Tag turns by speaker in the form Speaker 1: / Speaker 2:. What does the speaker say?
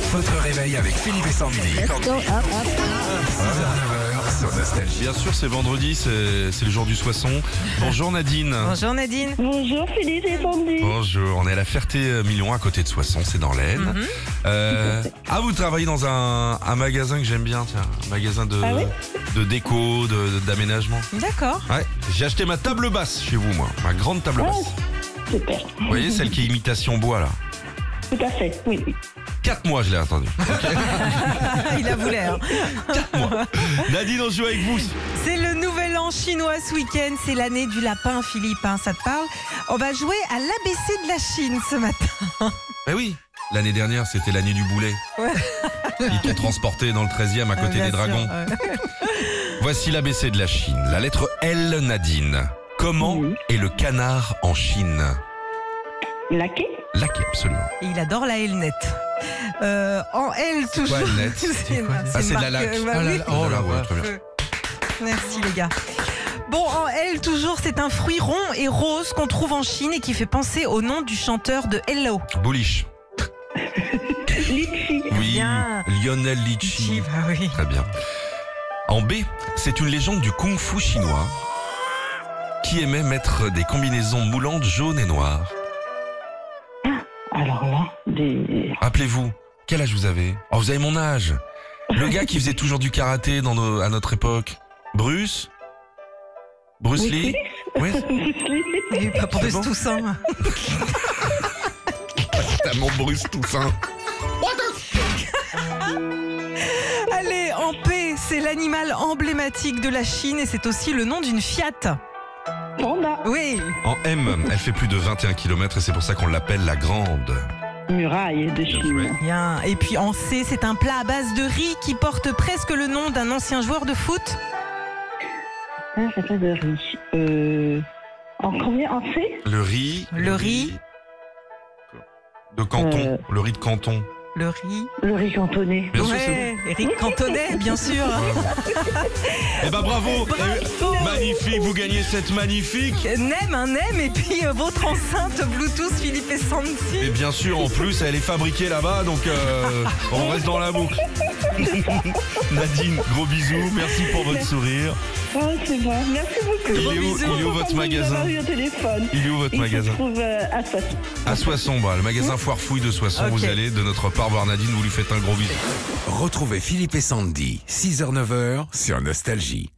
Speaker 1: Votre réveil avec Philippe et Sandy. 6h-9h sur Nostalgie.
Speaker 2: Bien sûr, c'est vendredi, c'est c'est le jour du soisson. Bonjour Nadine.
Speaker 3: Bonjour Nadine.
Speaker 4: Bonjour Philippe et Sandy.
Speaker 2: Bonjour, on est à la Ferté-Million à côté de Soissons, c'est dans l'Aisne.
Speaker 4: Mhm.
Speaker 2: Euh, ah, vous travaillez dans un, un magasin que j'aime bien, tiens, un magasin de,
Speaker 4: Ah oui
Speaker 2: de déco, de- d'aménagement.
Speaker 3: D'accord.
Speaker 2: ouais, j'ai acheté ma table basse chez vous, moi, ma grande table
Speaker 4: Ah,
Speaker 2: basse.
Speaker 4: super.
Speaker 2: Vous voyez, celle qui est imitation bois là.
Speaker 4: Tout à fait, oui. oui.
Speaker 2: Quatre mois, je l'ai attendue.
Speaker 3: Ah, il a voulu. hein.
Speaker 2: Quatre mois. Nadine, on joue avec vous.
Speaker 3: C'est le nouvel an chinois ce week-end. C'est l'année du lapin, Philippe. hein, ça te parle On va jouer à l'ABC de la Chine ce matin.
Speaker 2: Eh oui, l'année dernière, c'était l'année du boulet.
Speaker 3: Ouais.
Speaker 2: Ils t'ont transporté dans le 13e à côté
Speaker 3: Bien
Speaker 2: des
Speaker 3: sûr,
Speaker 2: dragons.
Speaker 3: ouais.
Speaker 2: Voici l'ABC de la Chine. La lettre L, Nadine. Comment
Speaker 4: Oui.
Speaker 2: est le canard en Chine
Speaker 4: Laqué
Speaker 2: Laqué, absolument.
Speaker 3: Et il adore la L net. Euh, en L toujours.
Speaker 2: quoi, L net
Speaker 3: C'est une marque-
Speaker 2: Ah, c'est de la
Speaker 3: une marque,
Speaker 2: laque.
Speaker 3: euh, bah
Speaker 2: Ah là
Speaker 3: oui. Euh,
Speaker 2: là, oh là, ouais, très bien.
Speaker 3: Merci les gars. Bon, en L toujours, c'est un fruit rond et rose qu'on trouve en Chine et qui fait penser au nom du chanteur de Hello.
Speaker 2: Bullish.
Speaker 4: Litchi.
Speaker 2: Oui.
Speaker 3: Bien.
Speaker 2: Lionel Litchi.
Speaker 3: Bah oui.
Speaker 2: Très bien. En B, c'est une légende du kung-fu chinois qui aimait mettre des combinaisons moulantes jaunes et noires.
Speaker 4: Alors là, des.
Speaker 2: Rappelez-vous, quel âge vous avez Oh, vous avez mon âge. Le gars qui faisait toujours du karaté dans nos- à notre époque. Bruce Bruce
Speaker 4: Bruce
Speaker 2: Lee
Speaker 4: Lee
Speaker 2: Ouais,
Speaker 3: Il y a eu pas pour hein.
Speaker 2: C'est bon
Speaker 3: Toussaint.
Speaker 2: c'est mon Bruce Toussaint.
Speaker 3: Allez, en paix, c'est l'animal emblématique de la Chine et c'est aussi le nom d'une Fiat.
Speaker 4: Panda.
Speaker 3: Oui.
Speaker 2: En M, elle fait plus de 21 km et c'est pour ça qu'on l'appelle la Grande.
Speaker 4: Muraille de
Speaker 2: joué.
Speaker 4: Chine.
Speaker 3: Bien. Et puis en C, c'est un plat à base de riz qui porte presque le nom d'un ancien joueur de foot.
Speaker 4: Ah, ça fait de riz. Euh. En combien En C
Speaker 2: Le riz.
Speaker 3: Le riz.
Speaker 2: De Canton.
Speaker 4: Euh.
Speaker 2: Le riz de Canton.
Speaker 3: Le riz.
Speaker 4: Le riz cantonné.
Speaker 2: Bien sûr, c'est
Speaker 3: ouais, riz cantonais, bien sûr.
Speaker 2: Eh ben bravo
Speaker 3: Bravo.
Speaker 2: Magnifique, vous gagnez cette magnifique
Speaker 3: Nem, un nem, et puis euh, votre enceinte Bluetooth Philippe et
Speaker 2: Et
Speaker 3: Santi.
Speaker 2: bien sûr, en plus, elle est fabriquée là-bas, donc euh, on reste dans la boucle. Nadine, gros bisous, merci pour votre sourire.
Speaker 4: Ah, c'est bon. Merci beaucoup.
Speaker 2: Il est
Speaker 4: Gros
Speaker 2: où-
Speaker 4: bisous.
Speaker 2: il est où votre
Speaker 4: Content de vous
Speaker 2: magasin
Speaker 4: avoir eu au téléphone.
Speaker 2: Il est où votre
Speaker 4: Il
Speaker 2: magasin
Speaker 4: se trouve euh, à Soissons.
Speaker 2: À Soissons, bah, le magasin Foire Fouille de Soissons.
Speaker 3: Ok.
Speaker 2: Vous allez de notre part voir Nadine, vous lui faites un gros bisou.
Speaker 1: Retrouvez Philippe et Sandy, 6h-9h sur Nostalgie.